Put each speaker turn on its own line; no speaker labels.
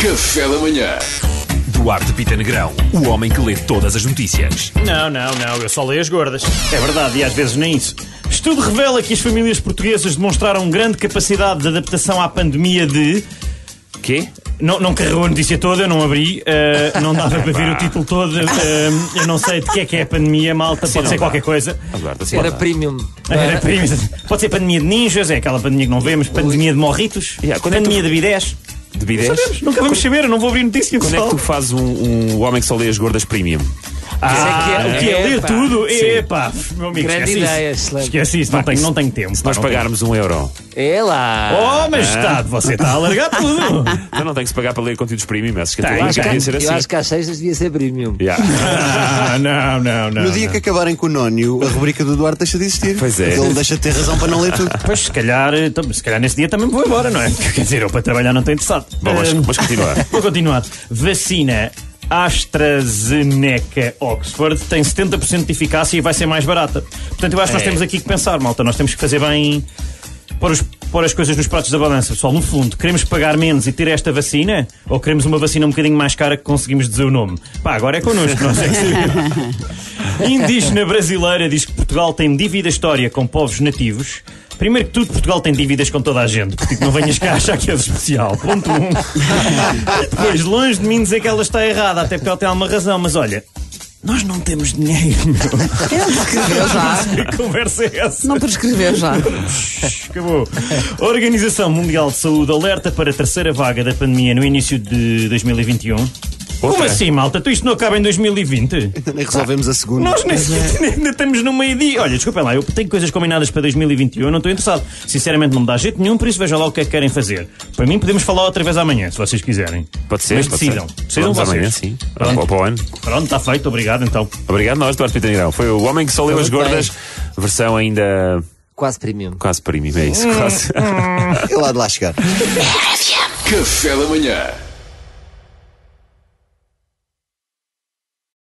Café da Manhã.
Duarte Pita Negrão, o homem que lê todas as notícias.
Não, não, não, eu só leio as gordas. É verdade, e às vezes nem isso. Estudo revela que as famílias portuguesas demonstraram grande capacidade de adaptação à pandemia de. Quê? Não, não carregou a notícia toda, eu não abri, ah, não dava para ver o título todo, ah, eu não sei de que é que é a pandemia, malta, pode ser qualquer coisa.
assim,
Eh,
Era premium.
Era prima- Pode ser pandemia de ninjas, é aquela pandemia que não vemos, pandemia de morritos,
Yeah, quando é que
pandemia de bidés.
De bidés?
Sabemos, nunca vamos saber, eu não vou abrir notícia
Quando é
pessoal.
que tu fazes um, um homem que só lê as gordas premium?
Ah,
Isso é que é-
o que é,
é,
ler
pá.
tudo? Epá, meu amigo,
Grande
esquece
ideia,
isso.
excelente.
Esquece isso, não tenho, não tenho tempo.
Nós pagarmos um euro.
É lá.
Oh, majestade, você está a largar tudo.
Então não tem que se pagar para ler conteúdos premium, acho que
Tem,
acho que
tem.
devia ser assim.
Eu acho que às sextas devia ser premium.
Yeah.
Ah, não, não, não.
No dia que acabarem com o Nónio, a rubrica do Duarte deixa de existir.
Pois é.
Porque Ele deixa de ter razão para não ler tudo.
Pois, se calhar, eh, tam- se calhar nesse dia também me vou embora, não é? Quer dizer, eu para trabalhar não estou interessado.
Bom, mas,
Ahm,
mas continua.
Vou continuar. Vacina AstraZeneca Oxford tem 70% de eficácia e vai ser mais barata. Portanto, eu acho que nós temos aqui que pensar, malta. Nós temos que fazer bem. Pôr, os- pôr as coisas nos pratos da balança, pessoal. No fundo, queremos pagar menos e ter esta vacina? Ou queremos uma vacina um bocadinho mais cara que conseguimos dizer o nome? Pá, agora é connosco, nós é que sabemos. Indígena brasileira diz que Portugal tem dívida história com povos nativos. Primeiro que tudo, Portugal tem dívidas com toda a gente. Portanto, não venhas cá achar que és especial. Ponto Um. Depois, longe de mim dizer que ela está errada, até porque ela tem alguma razão. Mas olha, nós não temos dinheiro. meu.
Prescreveu já.
Que conversa é essa?
Não prescreveu já.
Acabou. A Organização Mundial de Saúde alerta para a terceira vaga da pandemia no início de 2021. Como assim, malta? Tu isto não acaba em 2020?
Nem resolvemos a segunda.
Nós nem sequer ainda estamos no meio-dia. Olha, desculpem lá, eu tenho coisas combinadas para 2021, eu não estou interessado. Sinceramente, não me dá jeito nenhum, por isso veja lá o que é que querem fazer. Para mim, podemos falar outra vez amanhã, se vocês quiserem.
Pode ser,
Mas
pode ser.
decidam. Decidam
Vamos
vocês.
amanhã, sim.
Pronto.
Para- para o ano.
Pronto, está feito, obrigado então.
Obrigado, nós, Duarte Pita Negrão. Foi o homem que só leu as
Tudo bem.
gordas, versão ainda
Quase premium.
Hum.
quase premium. É isso, quase.
Ele há de lá chegar.
Café da Manhã.